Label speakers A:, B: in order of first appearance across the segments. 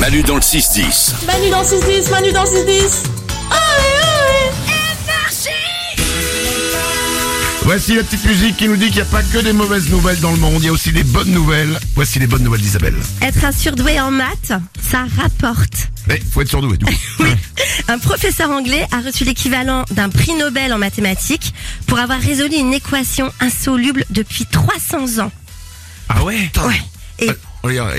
A: Manu dans le 6-10.
B: Manu dans le 6-10, Manu dans le 6-10.
C: Voici la petite musique qui nous dit qu'il n'y a pas que des mauvaises nouvelles dans le monde, il y a aussi des bonnes nouvelles. Voici les bonnes nouvelles d'Isabelle.
D: Être un surdoué en maths, ça rapporte.
C: Mais faut être surdoué, du coup.
D: Un professeur anglais a reçu l'équivalent d'un prix Nobel en mathématiques pour avoir résolu une équation insoluble depuis 300 ans.
C: Ah ouais Euh,
D: Ouais.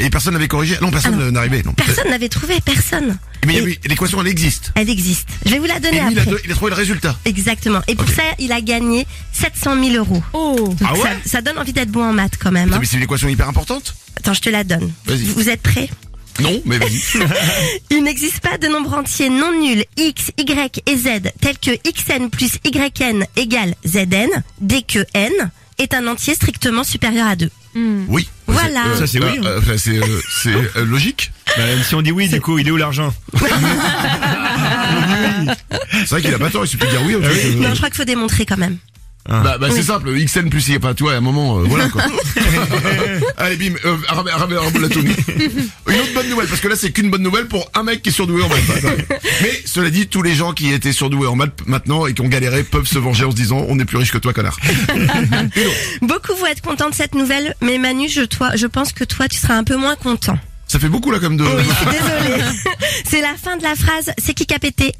D: Et
C: Et personne n'avait corrigé Non, personne
D: Ah non.
C: n'arrivait. Non.
D: personne n'avait trouvé, personne.
C: Mais il y a
D: Et
C: eu- l'équation, elle existe.
D: Elle existe. Je vais vous la
C: Eh Et
D: donner
C: lui, il a,
D: après.
C: il a trouvé le résultat.
D: Exactement. Et pour
C: Ok.
D: ça, il a gagné 700 000 euros.
B: Oh.
D: Donc
C: Ah ouais
D: ça, ça donne envie d'être bon en maths quand même.
C: Putain,
D: hein.
C: mais c'est une équation hyper importante
D: Attends, je te la donne.
C: Vas-y.
D: Vous vous êtes prêts
C: Non, mais vas-y.
D: Il n'existe pas de nombre entier non nul x, y et z tel que xn plus yn égale zn dès que n est un entier strictement supérieur à 2.
C: oui.
D: Voilà.
C: Euh,
E: Ça, c'est oui, hein.
C: euh, euh, c'est euh, c'est, euh, logique.
E: Bah, même si on dit oui, du coup, il est où l'argent
C: C'est vrai qu'il a pas tort, il suffit de dire
E: Ah
C: oui. euh, en fait.
D: Non, je crois qu'il faut démontrer quand même.
C: Bah, bah c'est simple, XN plus Y, enfin tu vois, à un moment, euh, voilà quoi. Allez bim, euh, Arab- Arab- Arab- la Tony. Une autre bonne nouvelle, parce que là c'est qu'une bonne nouvelle pour un mec qui est surdoué en maths. Mais cela dit, tous les gens qui étaient surdoués en maths maintenant et qui ont galéré peuvent se venger en se disant on est plus riche que toi connard.
D: Beaucoup vont être contents de cette nouvelle, mais Manu, je, toi, je pense que toi, tu seras un peu moins content.
C: Ça fait beaucoup là comme de...
D: Oui, je suis désolée. C'est la fin de la phrase. C'est qui qui a pété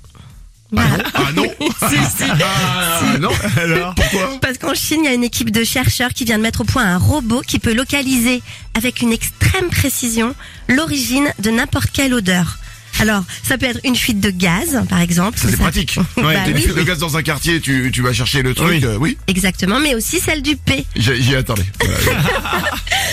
D: Voilà.
C: Ah non Ah non
E: Alors
C: Pourquoi
D: Parce qu'en Chine, il y a une équipe de chercheurs qui vient de mettre au point un robot qui peut localiser avec une extrême précision l'origine de n'importe quelle odeur. Alors, ça peut être une fuite de gaz, par exemple.
C: Ça c'est pratique.
D: Bah
C: T'as une
D: oui,
C: fuite de gaz dans un quartier, tu, tu vas chercher le truc,
E: Oui.
C: euh, oui,
D: exactement, mais aussi celle du P.
C: j'ai j'y ai attardé. Voilà.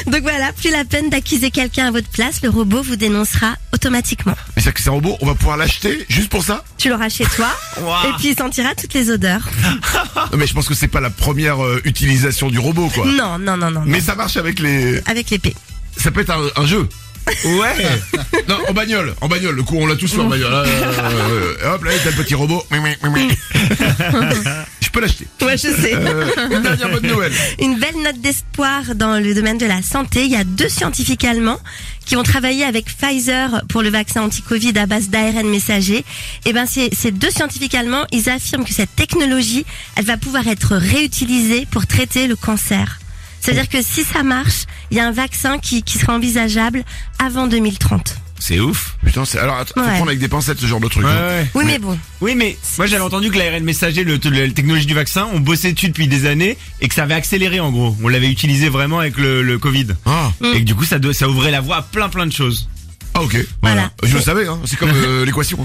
D: Donc voilà, plus la peine d'accuser quelqu'un à votre place, le robot vous dénoncera automatiquement.
C: Mais c'est que c'est un robot, on va pouvoir l'acheter juste pour ça
D: Tu l'auras chez toi,
E: Waouh.
D: et puis il sentira toutes les odeurs.
C: Non, mais je pense que c'est pas la première euh, utilisation du robot quoi.
D: Non, non, non, non.
C: Mais ça marche avec les.
D: Avec l'épée.
C: Ça peut être un, un jeu.
E: Ouais
C: Non, en bagnole, en bagnole. Le coup, on l'a tous fait en bagnole. Euh, hop, là, t'as le petit robot. Mouin, mouin, mouin, mouin. Je peux l'acheter.
D: Ouais, je sais.
C: Euh, une dernière bonne nouvelle.
D: Une belle note d'espoir dans le domaine de la santé. Il y a deux scientifiques allemands qui ont travaillé avec Pfizer pour le vaccin anti-Covid à base d'ARN messager. Et ben, ces, ces deux scientifiques allemands, ils affirment que cette technologie, elle va pouvoir être réutilisée pour traiter le cancer. C'est-à-dire que si ça marche, il y a un vaccin qui, qui sera envisageable avant 2030.
E: C'est ouf
C: Putain, c'est- alors attends, faut
D: Ouais.
C: prendre avec des pincettes ce genre de truc.
E: Ouais,
C: hein.
E: ouais.
D: Oui, mais bon.
E: Oui, mais moi j'avais entendu que l'ARN messager, le, le- la technologie du vaccin, on bossait dessus depuis des années et que ça avait accéléré en gros. On l'avait utilisé vraiment avec le, le Covid.
C: Ah,
E: Et que du coup, ça, do- ça ouvrait la voie à plein plein de choses.
C: ah, ok.
D: Voilà.
C: Je le savais, hein. c'est comme euh, l'équation.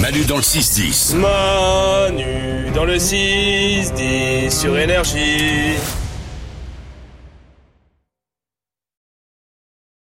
A: Manu dans le 6-10.
F: Manu dans le 6-10 sur énergie.